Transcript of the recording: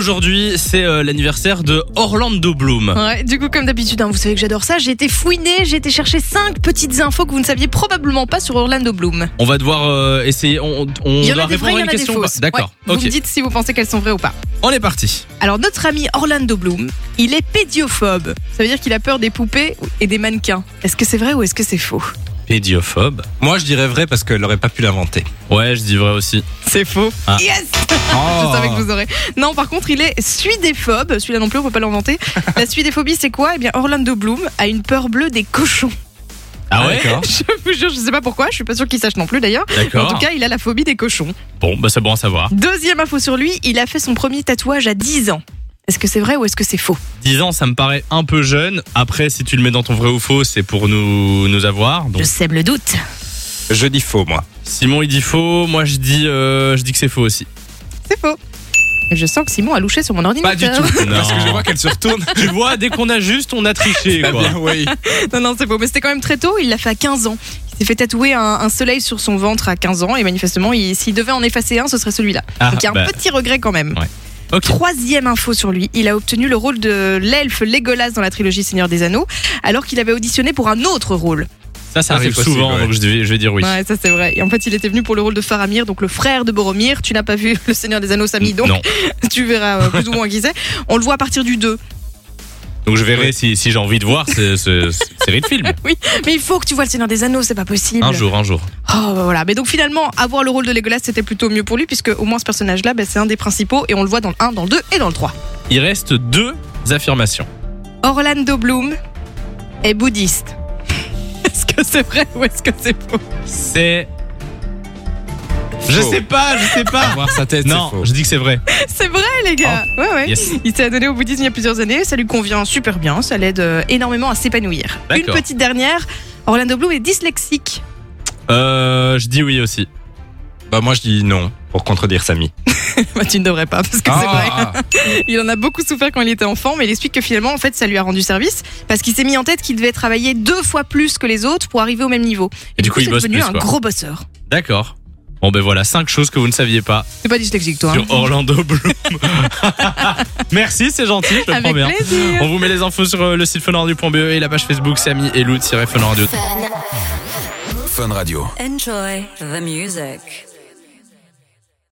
Aujourd'hui, c'est euh, l'anniversaire de Orlando Bloom. Ouais, du coup, comme d'habitude, hein, vous savez que j'adore ça. J'ai été fouinée, j'ai été chercher cinq petites infos que vous ne saviez probablement pas sur Orlando Bloom. On va devoir euh, essayer. On, on Il y en doit a des vraies, répondre il à une y en a des question. ou pas fausses. D'accord. Ouais, ok. Vous me dites si vous pensez qu'elles sont vraies ou pas. On est parti. Alors, notre ami Orlando Bloom, il est pédiophobe. Ça veut dire qu'il a peur des poupées et des mannequins. Est-ce que c'est vrai ou est-ce que c'est faux Pédiophobe. Moi, je dirais vrai parce qu'elle n'aurait pas pu l'inventer. Ouais, je dis vrai aussi. C'est faux. Ah. Yes Je savais que vous aurez. Non, par contre, il est suidéphobe. Celui-là non plus, on peut pas l'inventer. La suidéphobie, c'est quoi Eh bien, Orlando Bloom a une peur bleue des cochons. Ah ouais D'accord. Je vous jure, je sais pas pourquoi. Je suis pas sûre qu'il sache non plus d'ailleurs. En D'accord. tout cas, il a la phobie des cochons. Bon, bah c'est bon à savoir. Deuxième info sur lui, il a fait son premier tatouage à 10 ans. Est-ce que c'est vrai ou est-ce que c'est faux 10 ans, ça me paraît un peu jeune. Après, si tu le mets dans ton vrai ou faux, c'est pour nous, nous avoir. Donc, sème le doute. Je dis faux, moi. Simon, il dit faux. Moi, je dis, euh, je dis que c'est faux aussi. C'est faux. Je sens que Simon a louché sur mon Pas ordinateur. du tout. Non. Parce que je vois qu'elle se retourne. tu vois, dès qu'on a juste, on a triché. Eh Quoi. bien, oui. Non, non, c'est faux. Mais c'était quand même très tôt. Il l'a fait à 15 ans. Il s'est fait tatouer un, un soleil sur son ventre à 15 ans. Et manifestement, il- s'il devait en effacer un, ce serait celui-là. Ah, Donc il y a un bah, petit regret quand même. ok. Troisième info sur lui, il a obtenu le rôle de l'elfe Legolas dans la trilogie Seigneur des Anneaux, alors qu'il avait auditionné pour un autre rôle. Ça, ça Ah, arrive c'est possible, souvent. ouais. Donc je vais, je vais dire oui. Ouais, ça c'est vrai. Et en fait, il était venu pour le rôle de Faramir, donc le frère de Boromir. Tu n'as pas vu Le Seigneur des Anneaux, Samy, donc Non. tu verras euh, plus ou moins qui c'est. On le voit à partir du 2. Donc je verrai si, si j'ai envie de voir ce- ce- cette série de films. Mais il faut que tu vois Le Seigneur des Anneaux, c'est pas possible. Un jour, un jour. Oh, bah voilà. Mais donc finalement, avoir le rôle de Legolas, c'était plutôt mieux pour lui, puisque au moins ce personnage-là, bah, c'est un des principaux, et on le voit dans le 1, dans le 2 et dans le 3. Il reste deux affirmations. Orlando Bloom est bouddhiste. Est-ce que c'est vrai ou est-ce que c'est faux C'est. Je Faux. sais pas, je sais À pas. voir sa tête, c'est Non, faux. je dis que c'est vrai. C'est vrai, les gars Ouais, ouais. Oh. Yes. Il s'est adonné au bouddhisme il y a plusieurs années, ça lui convient super bien, ça l'aide euh, énormément à s'épanouir. Une D'accord. petite dernière, Orlando Bloom est dyslexique. Euh, je dis oui aussi. Bah, moi, je dis non pour contredire Samy. bah, tu ne devrais pas, parce que c'est vrai. Ah, Il en a beaucoup souffert quand il était enfant, mais il explique que finalement, en fait, ça lui a rendu service, parce qu'il s'est mis en tête qu'il devait travailler deux fois plus que les autres pour arriver au même niveau. Et du coup, il c'est bosse devenu plus, un quoi. gros bosseur. D'accord. Bon ben voilà, cinq choses que vous ne saviez pas T'es pas dyslexique, toi hein sur Orlando Bloom. Merci, c'est gentil, je le prends Avec bien. plaisir On vous met les infos sur euh, le site funradio.be et la page Facebook Samy et Lou-Funradio. Fun Radio. Enjoy the music.